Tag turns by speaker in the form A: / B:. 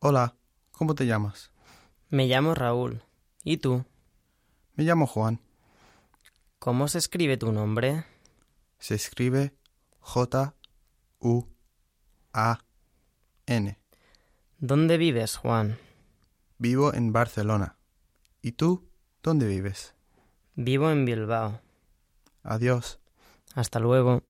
A: Hola, ¿cómo te llamas?
B: Me llamo Raúl. ¿Y tú?
A: Me llamo Juan.
B: ¿Cómo se escribe tu nombre?
A: Se escribe J-U-A-N.
B: ¿Dónde vives, Juan?
A: Vivo en Barcelona. ¿Y tú? ¿Dónde vives?
B: Vivo en Bilbao.
A: Adiós.
B: Hasta luego.